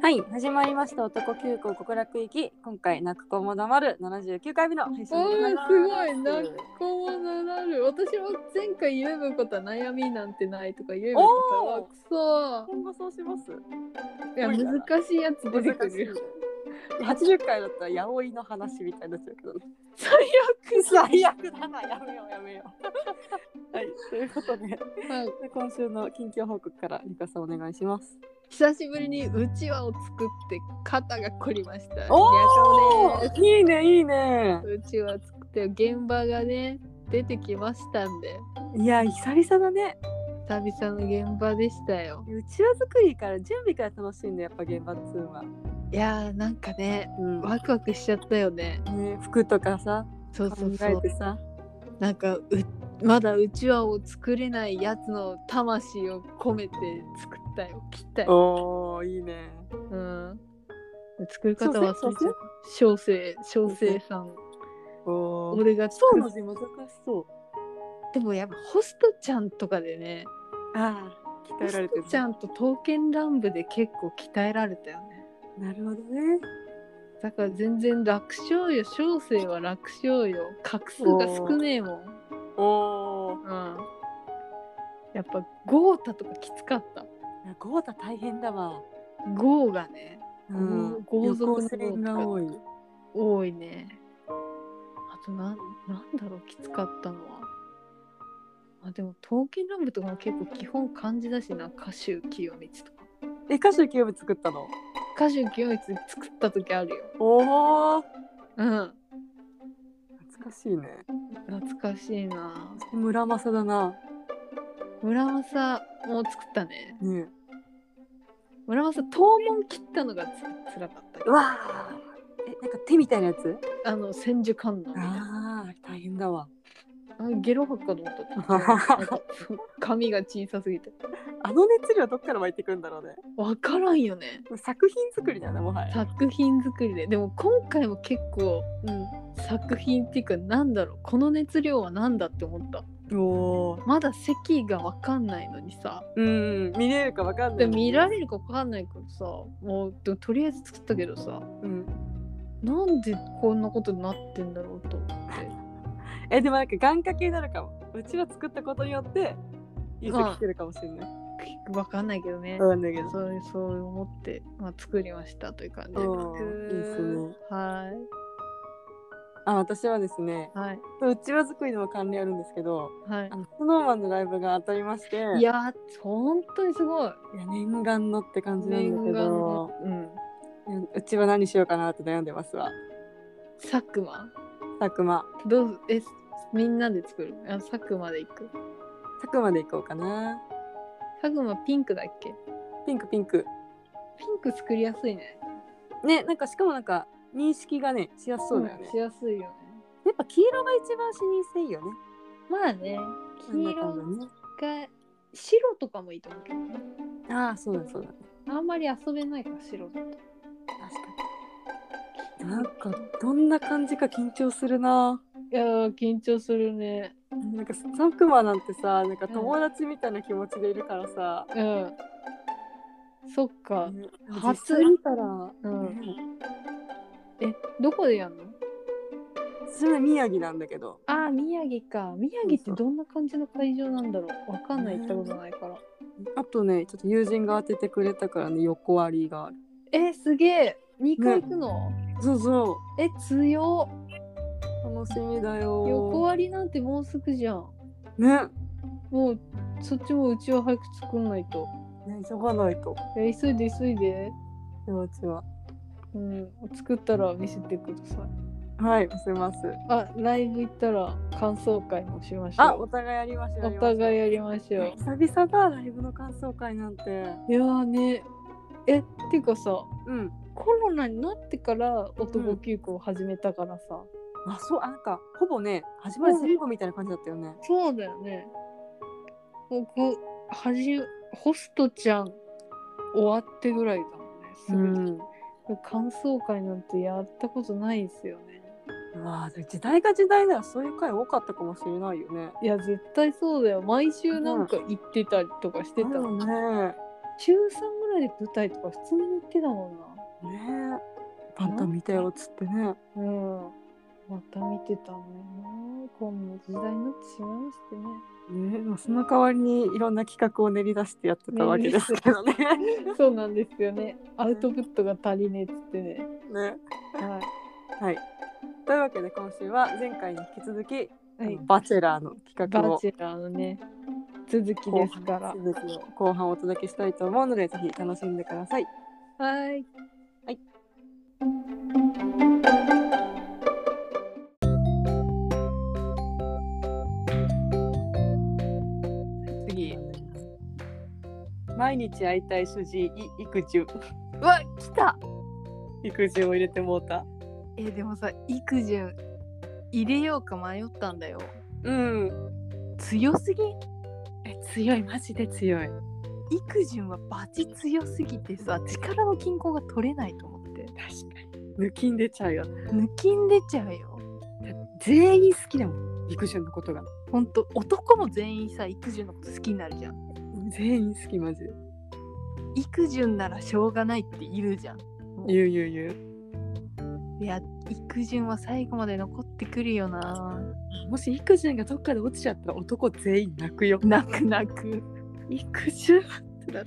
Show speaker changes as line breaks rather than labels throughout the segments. はい、始まりました。男急行極楽行き。今回泣く子も黙る79回目の配信
お
でござ
ー
い
す
ます。
ごい泣く子もならる私も前回言えばよかった悩みなんてないとか言えばよかったわく
今後そうします。
そいや難しいやつ出てく
難しい
る。
80回だったら八百の話みたいになっちゃうけどね。
最悪
最悪だな。やめようやめよう。はい、ということで、
はい
今週の近況報告からリカさんお願いします。
久しぶりにうちわを作って肩が凝りました
お
やっとね
いいねいいね。
うちわ作って現場がね出てきましたんで
いや久々だね。
久々の現場でしたよ
うちわ作りから準備から楽しいんだやっぱ現場っつうのは。
いやーなんかね
うん
ワクワクしちゃったよね
ね、服とかさ
そう
考
そうそ
え
う
てさ
なんかうまだうちわを作れないやつの魂を込めて作ったよ切ったよ、
おおいいね
うん、作り方は
小生
小生小生さん
おー
俺が
そ
作
う
っ
の字難しそう
てもやっぱホストちゃんとかでね
ああ鍛
ホ
えられて
スト
る
ちゃんと刀剣乱舞で結構鍛えられたよね
なるほどね
だから全然楽勝よ小生は楽勝よ画数が少ねえもん、
おお
うん、やっぱ豪太とかきつかった
豪太大変だわ
豪がね
うん
豪族の豪と
旅
か
行船が多い
多いねあとなんなんだろうきつかったのはあでも「刀剣乱舞」とかも結構基本漢字だしな歌手清光とか
え歌手キューブ作ったの
歌手清光作った時あるよ
おお
うん
懐かしいね
懐かしいな
村正だな
村正も作ったね
ね
村正刀門切ったのがつつらかった
う
けど
わあえなんか手みたいなやつ
あの千手観音みたいな
ああ大変だわ
あゲロ吐くかと思 ったなんか髪が小さすぎて
あの熱量どっから湧いてくるんだろうね
分からんよね
作品作りだねもはや
作品作りででも今回も結構作品っていうかなんだろうこの熱量は何だって思った
うんおお
まだ席が分かんないのにさ
うん、見れるかわかんな
で
い。
も見られるか分かんないからさもうでもとりあえず作ったけどさ
うん、
なんでこんなことになってんだろうと思って
え、でもなんか眼科系になるかも。うちら作ったことによって、いいと聞けるかもしれない。
分かんないけどね、
わかんないけど。
そうそう思って、まあ、作りましたという感じで
おーいいっすね
は
あ、私はですね、
いはいう
ちわ作りの関連あるんですけど、
はい
あの、スノーマンのライブが当たりまして、
いやー本当にすごい
いや念願のって感じなんだけ
念願
ど
の、うん
うんうちは何しようかなって悩んでますわ。
佐久間
佐久間。
どうえみんなで作るあ佐久間で行く
佐久間で行こうかな。
佐久間ピンクだっけ
ピンクピンク。
ピンク作りやすいね
ね、なんかしかもなんか、認識がね、しやすそうだよね。
んしやすいよね
やっぱ黄色が一番視認性いいよね。
まあね黄
なん
色
だかんだね。
が白とかもいいと思うけどね
ああ、そうだそうだ。
あんまり遊べないから白だと
確かに。なんかどんな感じか緊張するな。
いやー緊張するね
なんか佐久間なんてさ、なんか友達みたいな気持ちでいるからさ。
うんそっか、
ね
初
実際見たら、
うん、
ね
えどこでやんの
それは宮城なんだけど、
あー宮城か宮城ってどんな感じの会場なんだろうわかんない
うん
行ったことないから、
あとね、ちょっと友人が当ててくれたからね、横割りがある。
えすげえ2回行くの、
そうそう、
え強っ
楽しみだよ。
横割りなんてもうすぐじゃん
ね、
もうそっちもうちは早く作んないと
ね、急がないと。
いや急いで急いで、
気持ちは。
うん、作ったら見せてください
はい、すいます。
あライブ行ったら感想会もしまし
あ、
ょ
お互いやりまし
う
た。
お
やりました
互いやりましょ
久々だライブの感想会なんて
ういやーねえっていうかさ
うん
コロナになってから男急行を始めたからさ、
あそうあなんかほぼね始まり前後みたいな感じだったよね
そうだよねもうこうはじホストちゃん終わってぐらいだもんねすぐに、感想会なんてやったことないですよね
うわでも時代が時代ならそういう回多かったかもしれないよね
いや絶対そうだよ毎週なんか行ってたりとかしてた、
だよね
中3ぐらまで舞台とか普通に行ってたもんな。
ねえまた見たよっつってね
うん。また見てたのよね。こんな時代になってしまいましてね。
ねまあその代わりにいろんな企画を練り出してやってたわけですけどね。
そうなんですよね。アウトプットが足りねえっつってね。
ね
は
はい、というわけで今週は前回に引き続き、
い。はい
あの。バチェラーの企画
バ
を
チェラーのね、続き
後
ですから。
続きを後半お届けしたいと思うのでぜひ楽しんでください。
はい。
はい。次毎日会いたい主治医育児
うわ、来た
育児を入れてもうた。
えーでもさ、育児入れようか迷ったんだよ。
うん。
強すぎん
え強いマジで強い。
育児はバチ強すぎてさ力の均衡が取れないと思って
確かに抜きん出ちゃうよ
抜きん出ちゃうよ
全員好きだもん育児のことが
ほんと男も全員さ育児のこと好きになるじゃん
全員好きマジで
育児ならしょうがないって言うじゃん
言う言う言
いや育児は最後まで残ってくるよな
うもし育児がどっかで落ちちゃったら男全員泣くよ
泣く泣く
育児
だ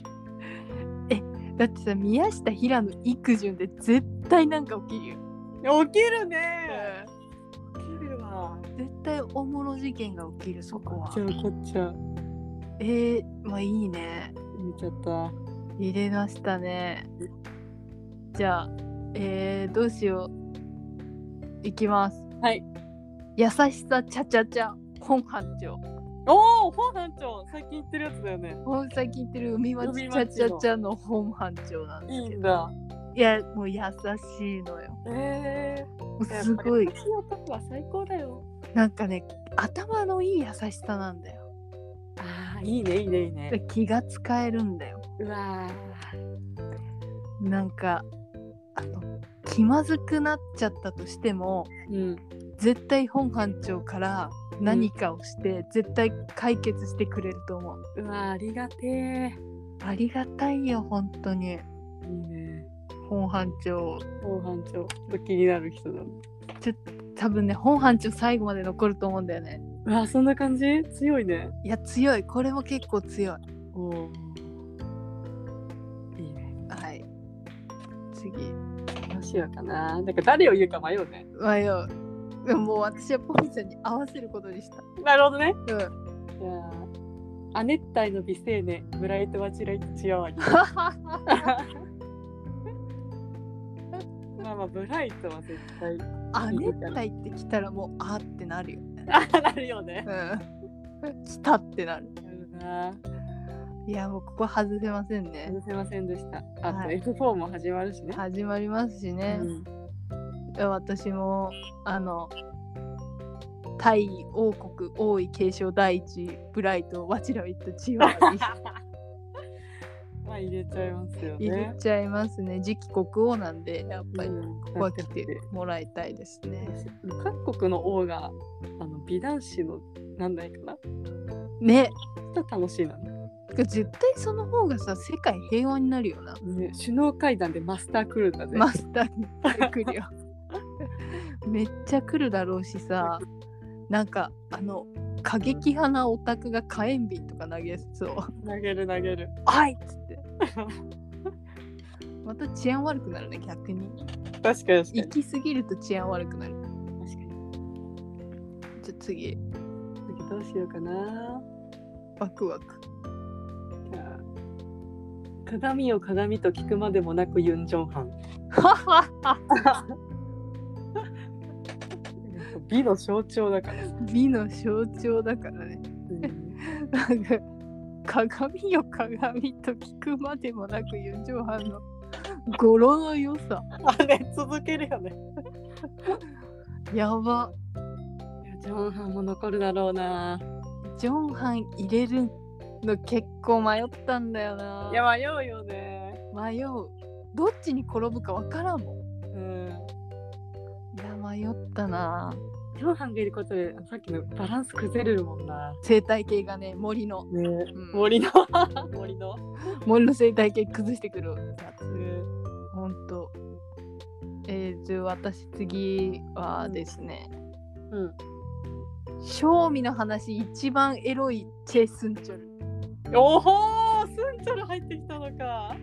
ってさ宮下平の育児で絶対なんか起きるよ、
起きるね起きるわ
絶対おもろ事件が起きるそこ
こ
は
っちゃうこっちゃう
えー、まあいいね
見ちゃった
入れましたねじゃあえー、どうしよういきます
はい
優しさちゃちゃちゃ本班長
おお本班長最近言ってるやつだよね
本最近言ってる海町
海
ち
町
ゃち
の
ゃちゃの本班長なんで
い
す
い
け
ん
ど
だ
いやもう優しいのよ
え
も
え
う
ー、
すごい
やっぱり優しい男は最高だよ
なんかね頭のいい優しさなんだよ
ああいいねいいねいいね
気が使えるんだよ
うわ
なんかあの気まずくなっちゃったとしても
うん
絶対本班長から何かをして、絶対解決してくれると思う
うわありがてえ
ありがたいよ本当
い
に
いね
本班長
本班長ちょっと気になる人だね
多分ね本班長最後まで残ると思うんだよね
うわそんな感じ強いね
いや強いこれも結構強い
おおいいね
はい次
どうしようかななんか誰を言うか迷うね
迷うでももう私はポンちゃんに合わせることにした
なるほどね
う
じ
ん
ゃあ亜熱帯の美青年ブライト・ワチライチアワギ まあまあブライトは絶 対
亜熱帯って来たらもうあーってなるよね
あなるよね
うん来たってなる
なるない
やもうここ外せませんね
すいませんでしたあと
はい
F4 も始まるしね、
始まりますしね、
うん
私もあのタイ王国王位継承第一ブライトワチラウィットチワワに
まあ入れちゃいますよね
入れちゃいますね次期国王なんでやっぱりこ
うん
こは来てもらいたいですね
各国の王があの美男子のなんないかな
ね
ちょっと楽しいなね
絶対その方がさ世界平和になるよな
ね首脳会談でマスター来るんだね、
マスターに来 るよめっちゃ来るだろうしさなんかあの過激派なオタクが火炎瓶とか投げそう
投げる投げる
おいっつって。また治安悪くなるね、逆に。
確かに確かに
行き過ぎると治安悪くなる。
確かに
じゃあ次、
次どうしようかな
ワクワク。
じゃあ鏡を鏡と聞くまでもなくユン・ジョンハ ン美の象徴だからさ、
美の象徴だからね。なんか鏡よ鏡と聞くまでもなく四畳半の語呂の良さ。
あれ続けるよね
やば。
ジョンハンも残るだろうな
ジョンハン入れるの結構迷ったんだよな。
いや迷うよね
迷う。どっちに転ぶかわからんもん。
うん
いや迷ったな。
長藩がいることでさっきのバランス崩れるもんな。
生態系がね森の、
ね、
うん
森の 森の、
森の生態系崩してくるやつ
ね
ほんとえー、じゃあ私次はですね、
うん、
賞味の話一番エロいチェ・スンチョル
おおスンチョル入ってきたのか。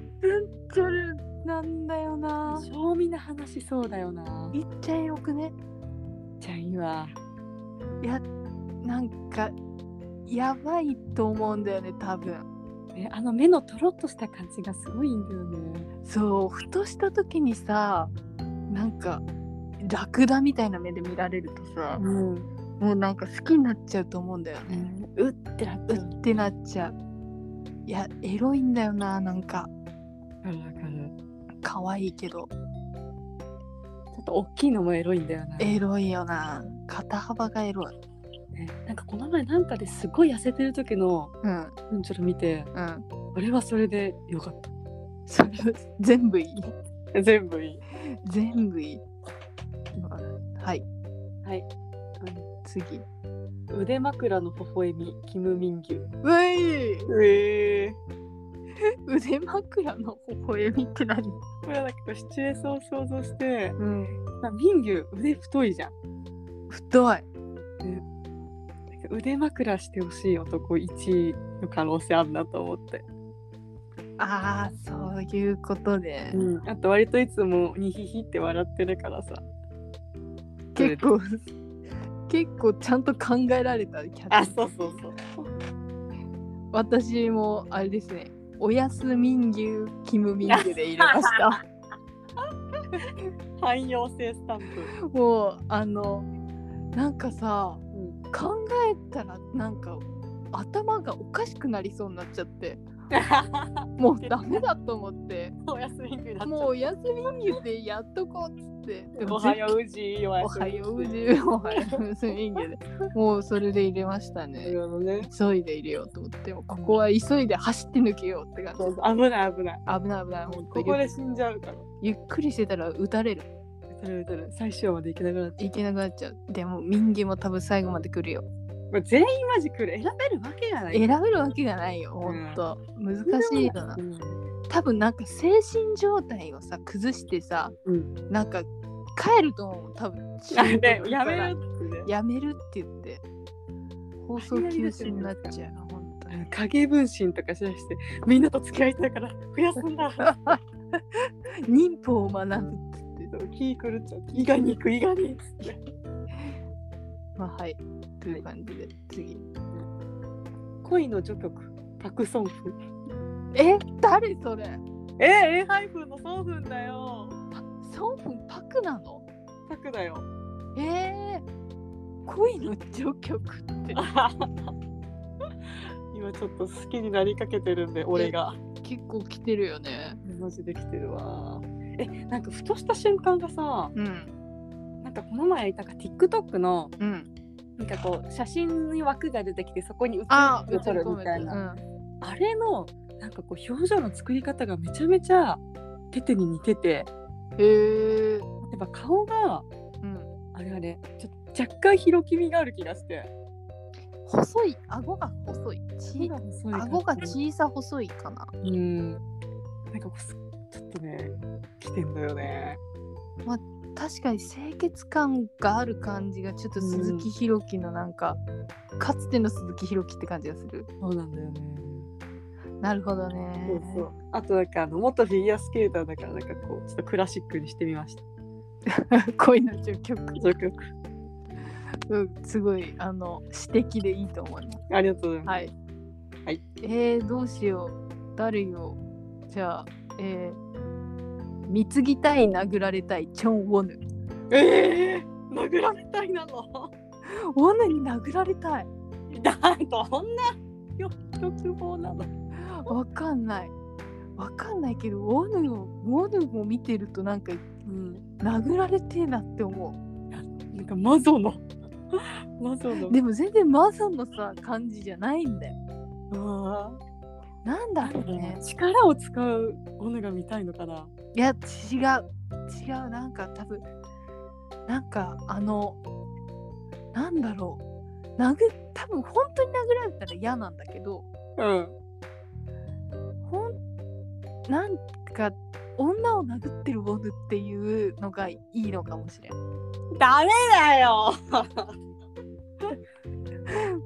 チョルなんだよな
賞味の話そうだよな。
いっちゃえよくね
ちゃいいわ。
なんかやばいと思うんだよね多分
ね、あの目のとろっとした感じがすごいんだよね。
そうふとした時にさなんかラクダみたいな目で見られるとさ、
ん。
もうなんか好きになっちゃうと思うんだよね、
うってなっ
う
ちゃう。
ってなっちゃういやエロいんだよななんか
わかるわかる。
可愛いけど
ちょっと大きいのもエロいんだよな。
エロいよな肩幅がエロい
ねなんかこの前なんかですごい痩せてる時の
うん
うんちょっと見て、
うん
俺はそれでよかっ
それ全部いい
た。 全部いい。
全部いいはい
はい。
次
腕枕の微笑み、キム・ミンギュ。
うい
ええ
腕枕の微笑みって何
これはなんかこうシチュエーションを想像して、
うん
まあ、ミンギュ腕太いじゃん。
太い
なんか腕枕してほしい男1位の可能性あるなと思って。
ああそういうことで、
あと割といつもにひひって笑ってるからさ。
結構 結構ちゃんと考えられたキャ
あ、
ッチ
そうそうそう。
私もあれですねおやすみんぎゅうキムミンギュで入れました
汎用性スタンプ。
もうあのなんかさ
うん、
考えたらなんか頭がおかしくなりそうになっち ゃってもうダメだと思って
おやすみになっちゃった
もうおやすみんぎゅうでやっとこうっつってでも
おはようじお
お
やすみ
はようじおはようすみんぎゅうでもうそれで入れました
な
ね
るほどね。
急いで入れようと思ってもここは急いで走って抜けようって感じ
そうそう危ない危ない。
危ない危ない本当
こ
に
こで死んじゃうから。
ゆっくりしてたら撃たれる
打たれる打たれる最終話までいけなくなっちゃ
いけなくなっちゃうでも民芸も多分最後まで来るよ
う。まあ全員マジ来る。選べるわけがない。
選べるわけがないよほんと難しいよな
うん
多分なんか精神状態をさ崩してさ
うん。
なんか帰ると思う多分
あでやめるってね。
やめるって言って放送休止になっちゃうほんとに
影分身とかしだしてみんなと付き合いたいから増やすんだ
忍法を学ぶっつって
気狂っちゃう伊賀に行く伊賀にっつって
まあはいという感じで次
恋の序曲パクソンフ
え誰それ
えー、A ハイフンのソンフンだよ
ソンフンパクなの
パクだよ
ええ恋の序曲って
今ちょっと好きになりかけてるんで俺が
結構来てるよね
マジできてるわえなんかふとした瞬間がさ
うん
なんかこの前なんか TikTok の
うん
なんかこう写真に枠が出てきてそこに映る
あ
映るみたいな、あれのなんかこう表情の作り方がめちゃめちゃテテに似てて
へえ
やっぱ顔が
うん
あれあれちょっと若干広きみがある気がして
細い顎が細いち
細い感じ
顎が小さ細いかな
うんなんかこうすちょっとね来てんだよね
確かに清潔感がある感じがちょっと鈴木ひろきのなんか、かつての鈴木ひろきって感じがする
そうなんだよね
なるほどね
そうそうあとなんかあの元フィギュアスケーターだからなんかこうちょっとクラシックにしてみました
恋の序曲、
上京区
うん、すごいあの詩的でいいと思います
ありがとうございます
はい。
はい。
えー、どうしよう。誰よ。じゃあ、えー、貢ぎたい、殴られたい、チョン・ウォヌ。
ええ殴られたいなの
ウォヌに殴られたい。
だど んな欲欲望なの
わかんない。わかんないけど、ウォヌを、ウォヌも見てると、なんか、
うん
殴られてえなって思
なんかマゾの マゾの
う。でも、全然マザンのさ、感じじゃないんだよ。
あ
なんだろう
ー
ね。
力を使うものが見たいのかない
や、違う。違う。なんか、多分なんか、あの、なんだろう殴多分本当に殴られたら嫌なんだけど
うん
ほんなんか女を殴ってるボヌっていうのがいいのかもしれん。
ダメだよ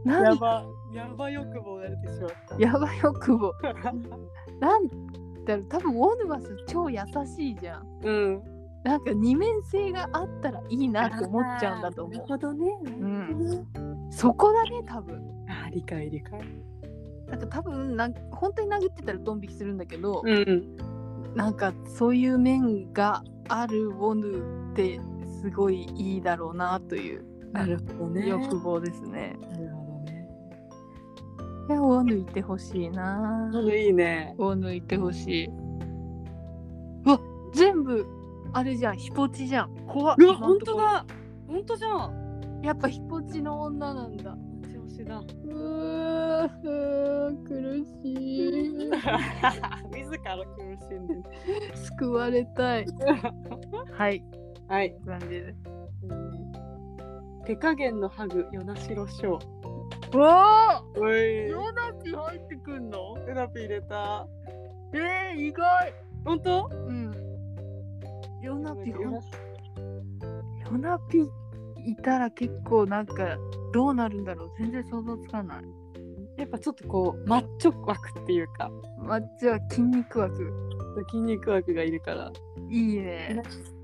な
や
ん
ばやば欲望が出てしまった
やばいよ久保。 なんだろう多分ウォヌはさ超優しいじゃん。
うん
なんか二面性があったらいいなって思っちゃうんだと
なる
思
ほどね、
う。う
あ
ん、そこだね多分。
あー理解理解
なんか多分なん本当に殴ってたらドン引きするんだけど、
うん
なんかそういう面があるウォヌってすごいいいだろうなという
なるほどね
欲望ですね。
なるほどね
いやウォヌいてほしいな。
ほどいいね
を抜いてほしい。うわ全部あれじゃんヒポチじゃん怖っ
うわ
今の
本当
ところ
だ本当じゃん
やっぱヒポチの女なんだ
調子だ
うーうー苦しい
自ら苦しんでる
救われたいはい
はい
感じで
手加減のハグ与那城翔
うわ
おい
ヨナピ入ってくんの
うなぴ入れた
えー、意外
本当
うんヨナピほん
よ
ヨナピいたら結構なんかどうなるんだろう全然想像つかない
やっぱちょっとこうマッチョ枠っていうか
マッチは筋肉枠
筋肉枠がいるから
いいね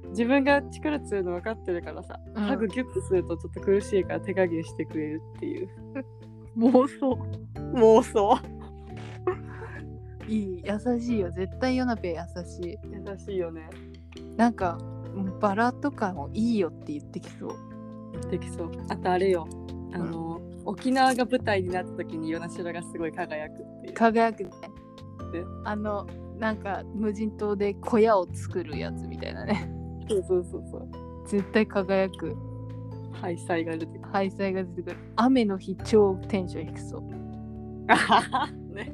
自分が力強いの分かってるからさ、
うん
ハグギュッとするとちょっと苦しいから手加減してくれるっていう
妄想
妄想
いい優しいよ絶対ヨナペ優しい
優しいよね
なんかうんバラとかもいいよって言ってきそう
できそうあとあれよあの、沖縄が舞台になった時に与那城がすごい輝くっていう
輝くね
え
あのなんか無人島で小屋を作るやつみたいなね
そうそうそうそう
絶対輝く
廃材が出てくる
廃材が出てくる雨の日超テンション低そう
ね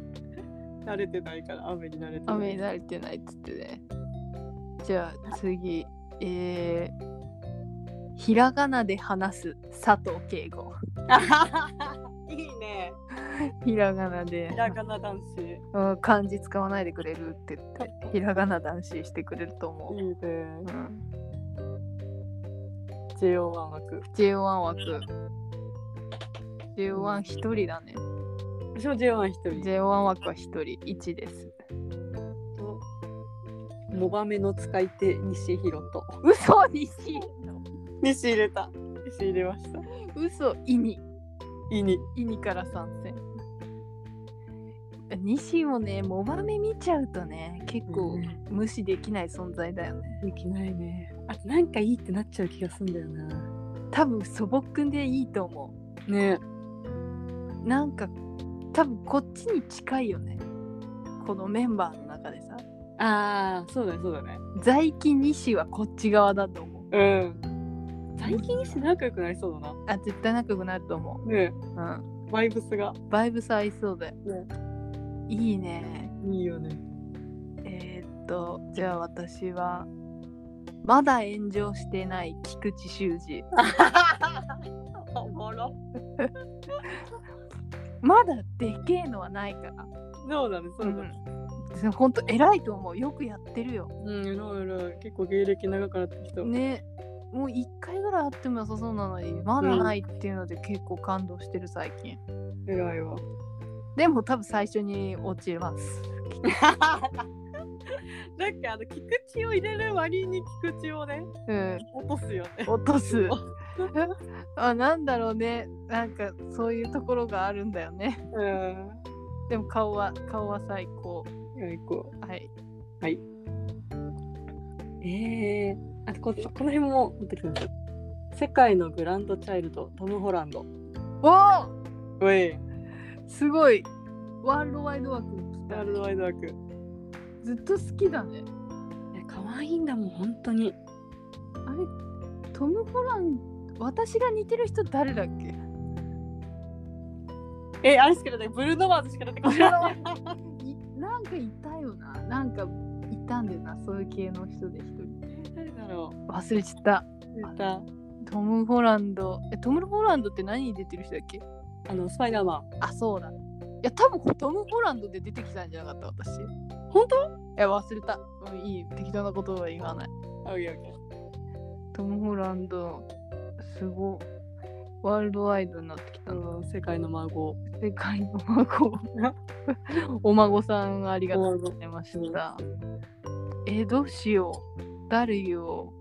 慣れてないから雨に慣れてない
雨に慣れてないっつってねじゃあ次えー、ひらがなで話す佐藤敬吾
いいね
ひらがなで
ひらがな男子い
うん、漢字使わないでくれるって言ってひらがな男子してくれると思、
いうね
うん、
JO1 枠
JO1 枠 JO11 人だね
私も JO1 一人
JO1 枠は1人1です
とモバメの使い手西広と
嘘にし
西入れた西入れました
嘘いに
いに
いにから参戦西もねモバメ見ちゃうとね結構無視できない存在だよね
できないねあとなんかいいってなっちゃう気がすんだよな
多分素朴でいいと思
ね
うなんか多分こっちに近いよねこのメンバーの中でさ
ああそうだねそうだね
在勤西はこっち側だと思う
うん最近西仲良くなりそうだな
あ絶対仲良くなると思
ね
う、うん、
バイブスが
バイブス合いそうだよ、
ね
いいね
いいよね
えーっとじゃあ私はまだ炎上してない菊池修二
おもろ
まだでけえのはないから
そうだねそううだ
ん
ね
ほんと偉いと思うよくやってるよ
うんいろいろ結構芸歴長くなってきた
ねもう1回ぐらいあっても良さそうなのにまだないっていうので結構感動してる最近
偉い わ
でも多分最初に落ちます
なんかあの菊池を入れる割に菊池をね
うん
落とすよね
落とすあなんだろうねなんかそういうところがあるんだよね
うん
でも顔は顔は最高
最高
はい
えー、あとここの辺も持ってきてます世界のグランドチャイルドトム・ホランド
おお
ウェイ
すごいワールドワイド枠来
ワ
た
ールドワイドワーク
ずっと好きだね
可愛いんだもん本当に
あれトム・ホラン私が似てる人誰だっけ
えあれしか出てブルーノマーズしか出てこない
いなんかいたよななんかいたんだよなそういう系の人で一 人
誰だろ
忘れちゃった
う出た
トム・ホランドえトム・ホランドって何に出てる人だっけ
あのスパイダーマン
あそうだいや多分トム・ホランドで出てきたんじゃなかった私い
本当
や忘れたもういい適当なことは言わない
オッケーオッケー
トム・ホランドすごいワールドワイドになってきた
あ
な
の世界の孫
世界の孫お孫さんありがとうございましたえどうしよう誰言おう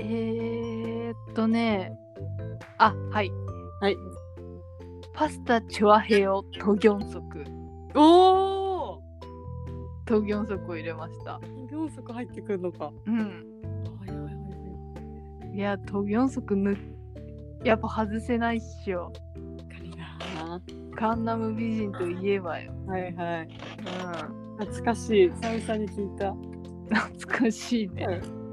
えー、っとねあはい
はい
パスタチュアヘヨトギョンソク
おお
トギョンソクを入れました
秒速入ってくるのか
うん
はいはいはいはい
やトギョンソクむやっぱ外せないっしょ
いかりな
カンナム美人といえばよ
はいはい
うん
懐かしい久々に聞いた
懐かしいね、
うん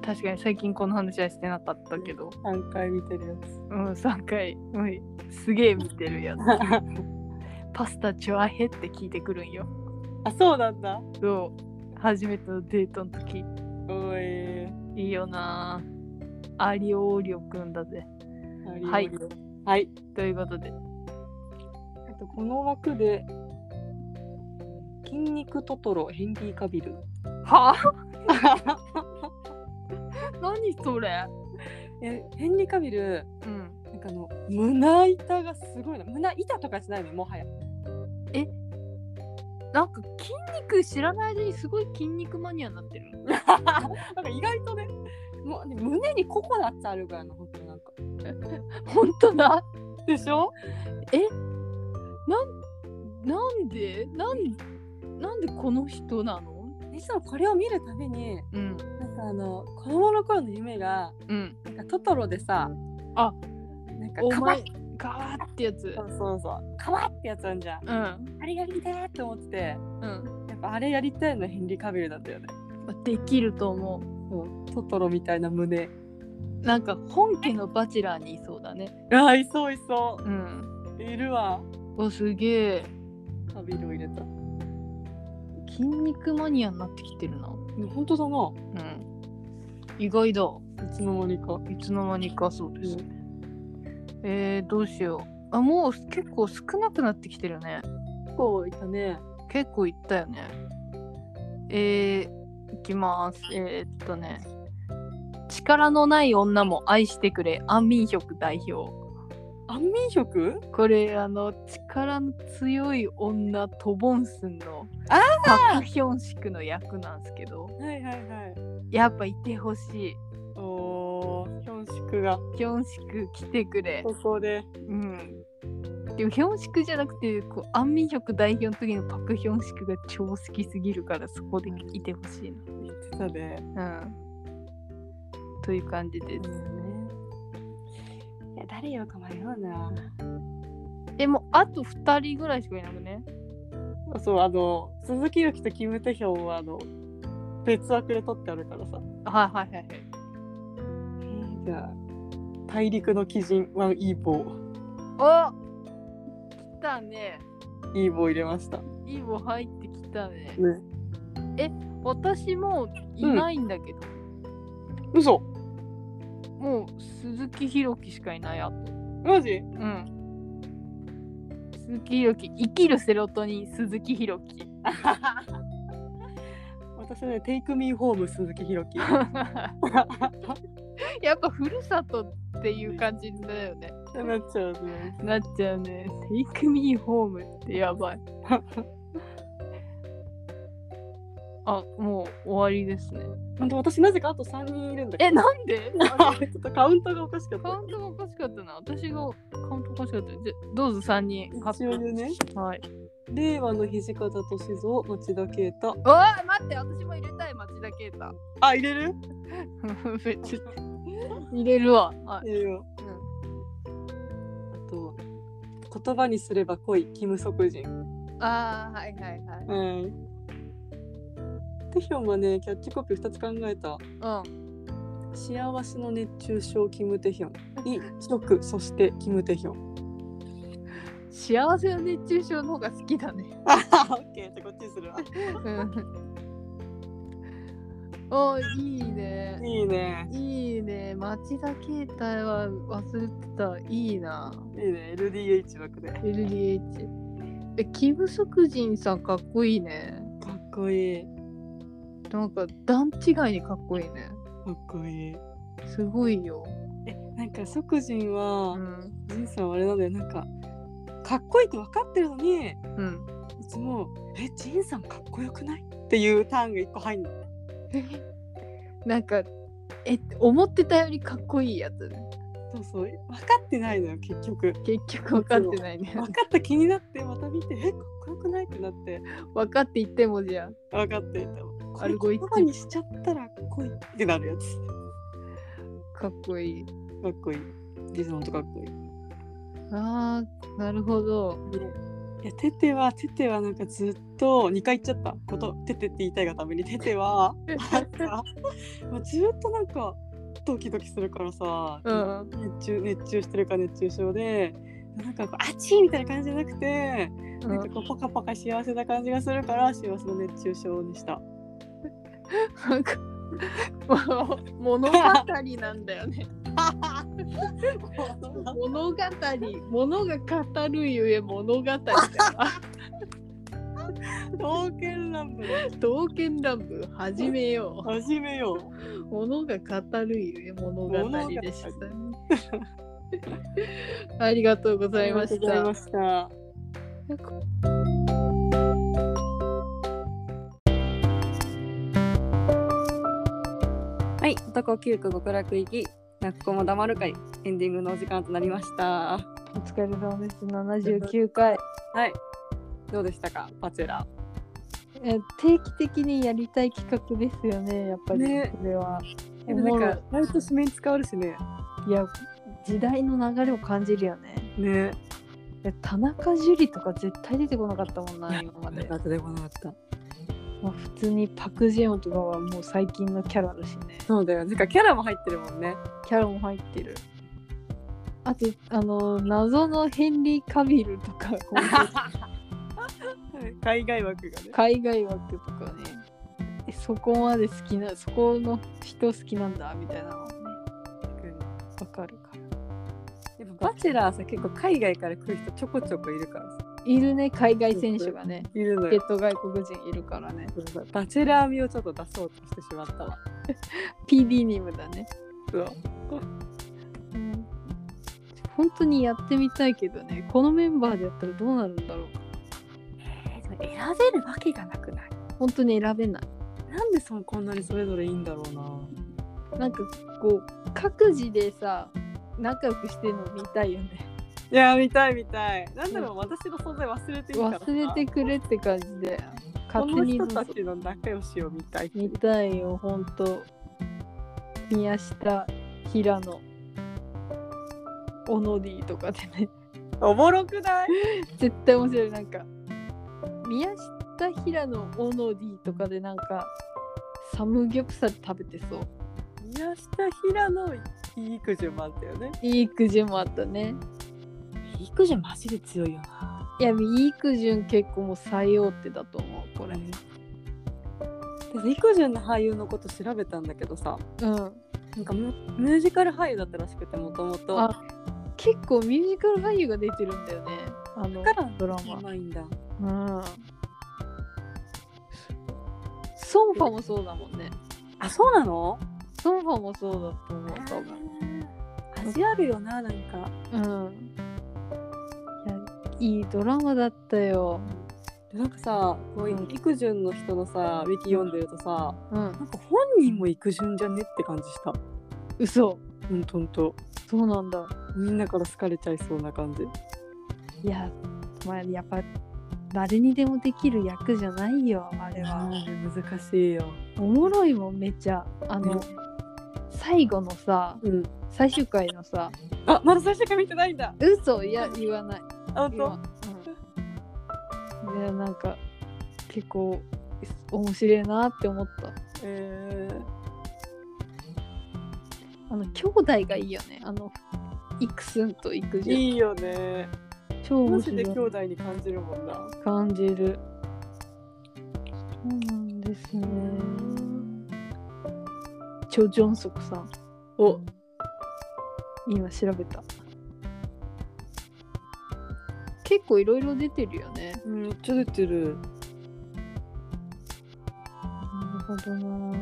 確かに最近この話はしてなかったけど
3回見てるや
うん、3回。うん、すげえ見てるや つ。
つ
パスタチュアヘって聞いてくるんよ。
あそうなんだ
そう。初めてのデートの時。
おい
いいよなぁアリオーリオくんだぜ。はい
はい
ということで。
あとこの枠で「筋肉トトロヘンリー・カビル
はぁ 何それ」
えヘンリー・カビル
うん。
なんかあの胸板がすごいな胸板とかじゃないのもはや
なんか筋肉知らない間にすごい筋肉マニアになってる。
なんか意外とねもうね胸にココナッツあるぐらいの本当になんか
ほんとだ。
でしょ
なん、なんでなん、なんでこの人なの
いつもこれを見るたびに
うん。
なんかあの子供の頃の夢が
うん。
なんかトトロでさ
あ
なんか
お
カバ
前、ガーってやつ
そ。うそうそうカバってやつあんじゃん
うん。
あれやりたいって思ってて
うん。
やっぱあれやりたいのはヘンリー・カビルだったよね
できると思
そうトトロみたいな胸
うなんか本家のバチェラーにいそうだね
あーいそういそ
うん
ういるわ
わすげえ
カビルを入れた
筋肉マニアになってきてるな
本当だな
うん意外だ
いつの間にか
いつの間にかそうですね、えー、どうしようあもう結構少なくなってきてるね
結構いたね
結構いったよねえー、いきますえー、っとね力のない女も愛してくれ安民族代表
安眠食
これあの力の強い女トボンスンの
あ
パクヒョンシクの役なんですけど
はいはいはい
やっぱいてほしい
おーヒョンシクが
ヒョンシク来てくれ
ここで
うんでもヒョンシクじゃなくてこう安民族代表の時のパクヒョンシクが超好きすぎるからそこでいてほしい
言ってたね
なうんという感じです
いや誰よか迷うな
でもあと2人ぐらいしかいなくね
そうあの鈴木由紀とキム・テヒョンはあの別枠で取ってあるからさ
はいはいはいはい
じゃあ大陸の鬼人ワンイーボー
あ来たね
イーボー入れましたね
いいも入ってきたね私もいないんだけど、
嘘
もう鈴木ひろきしかいないあと
マジ
うん鈴木ひろき生きるセロトニン鈴木ひろき
私はね「テイクミーホーム鈴木ひろき」
やっぱふるさとっていう感じだよね
なっ ちゃうね
なっちゃうね Take me home ってやばいあもう終わりですね
ほんと私なぜかあと3人いるんだけ
えなんで
どちょっとカウントがおかしかっ
カ
た
ウントがおかしかったな私がカウントおかしかったじゃどうぞ3人
一応言うね
はい
令和の土方歳三町田啓太
おい待って私も入れたい町田啓太
あ入れる
別に入れるわ、は
入れよう、あと言葉にすれば濃いキム・ソクジン
ああはいはいはい
はいテヒョンはねキャッチコピー2つ考えた
うん
幸せの熱中症キム・テヒョンいい食そしてキム・テヒョン
幸せの熱中症の方が好きだね
あオッケーじゃあこっちにするわ
うん
あいいね
いいね。
いいね町田携帯は忘れてたいいない
いね。LDH 枠で。
LDH えキム・ソクジンさんかっこいいね
かっこいい。
なんか段違いにかっこいいね
かっこいい。
すごいよ、
え、なんか、即人は、
うん
人さんはあれなんだよ。なんか、かっこいいって分かってるのに、
うん、
いつも、え、ジンさんかっこよくないっていうターンが一個入んの。
なんかえ思ってたよりかっこいいやつ
そうそう。分かってないのよ、結局。
結局分かってない ね
分かった気になって、また見て、え、かっこよくないってなって、
分かって言ってもじゃ
分かっていた。こ
ア
れ
ルゴリズ
言
ム
葉にしちゃったら、こいってなるやつ。
あかっこいい
かっこいい。リズムとかっこいい。
あーなるほど
いや、テテは、テテはなんかずっと2回言っちゃったこと、テテって言いたいがために、テテは、なんか、まあ、ずっとなんか、ドキドキするからさ、
うん
熱中、熱中してるか熱中症で、なんかこう、あっちーみたいな感じじゃなくて、なんかこう、パカパカ幸せな感じがするから、幸せの熱中症にした。
なんか もう物語なんだよね 物語物が語るゆえ物語だ
刀剣乱舞、
刀剣乱舞始めよ
始めよ
う
う。
物が語るゆえ物語でしたありがとうございまし
ありがとう
た
ございました。はい、男九区極楽行き、泣く子も黙る会、エンディングのお時間となりました。
お疲れ様です。79回。
はい、どうでしたか、バチェラ
え定期的にやりたい企画ですよね、やっぱり、
ね
それは。
ー。
おもろい、
毎年目に使われるしね。
いや、時代の流れを感じるよね。
ね、
いや田中樹とか絶対出てこなかったもんな、今ま
あれ
で。
だとでもなかった。
まあ、普通にパク・ジェヨンとかはもう最近のキャラだしね。
そうだよ、なんかキャラも入ってるもんね。
キャラも入ってる。あと、あの、謎のヘンリー・カビルと か、
海外枠がね。
海外枠とかね。えそこまで好きな、そこの人好きなんだ、みたいなのもね、わかるから。
やっぱバチェラーさ、結構海外から来る人ちょこちょこいるからさ。
いるね、海外選手がね。
いるの
ゲッ。ト外国人いるからね。
バチェラー味をちょっと出そうとしてしまったわ。
PD ニムだね。
そう
うん本当にやってみたいけどね、このメンバーでやったらどうなるんだろうか。
選べるわけがなくない
本当に選べない。
なんでそんこんなにそれぞれいいんだろうな
なんかこう、各自でさ、仲良くしてるの見たいよね。
いや見たい見たいなんだろう私の存在忘れていいからさ
忘れてくれって感じで、勝
こ
手
の
に
人たちの仲良しを見たい
見たいよ、本当宮下、平野、オノディとかでね。
おもろくない
絶対面白いなんか宮下平野オノディとかでなんかサムギョプサル食べてそう
宮下平野いいくじもあったよね
いいくじゅんもあったね
いいくじマジで強いよない
やいいくじゅん結構もう最大手だと思うこれ
いくじの俳優のこと調べたんだけどさ
うん
なんかミュミュージカル俳優だったらしくてもともと
あ結構ミュージカル俳優が出てるんだよねあの
だから
ドラ
うまいんだ
マうんソンファもそうだもんね
あそうなの
ソンファもそうだと思う多分
味あるよななんか
うんいやいいドラマだったよ
なんかさこう
うん
育順の人のさウィキ読んでるとさ
うん
なんか本人も育順じゃねって感じした
嘘
うんとんと
そうなんだ
みんなから好かれちゃいそうな感じ
いやまあやっぱ誰にでもできる役じゃないよあれは
難しいよ
おもろいもんめちゃあの、
ね
最後のさ
うん
最終回のさ
あまだ最初から見てないんだ
嘘いや言わない
あ
言わうんいやなんか結構面白いなって思った
え
あの兄弟がいいよねあのイクスンとイク
ー、
ジ
いいよね
ュン超
マ
面
ジで兄
白い
弟に感じるもんな
感じるそうなんですねチョ・ジョンソクさん
お
今調べた
結構いろいろ出てるよね。
めっちゃ出てる
なるほどな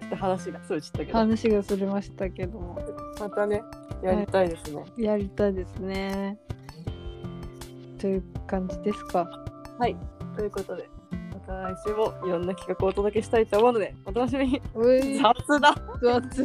ちょっと話がそうちったけど
話がそれましたけども
またねやりたいですね
やりたいですねという感じですか
はい、ということでまた来週もいろんな企画をお届けしたいと思うのでお楽しみに
うい
雑だ
雑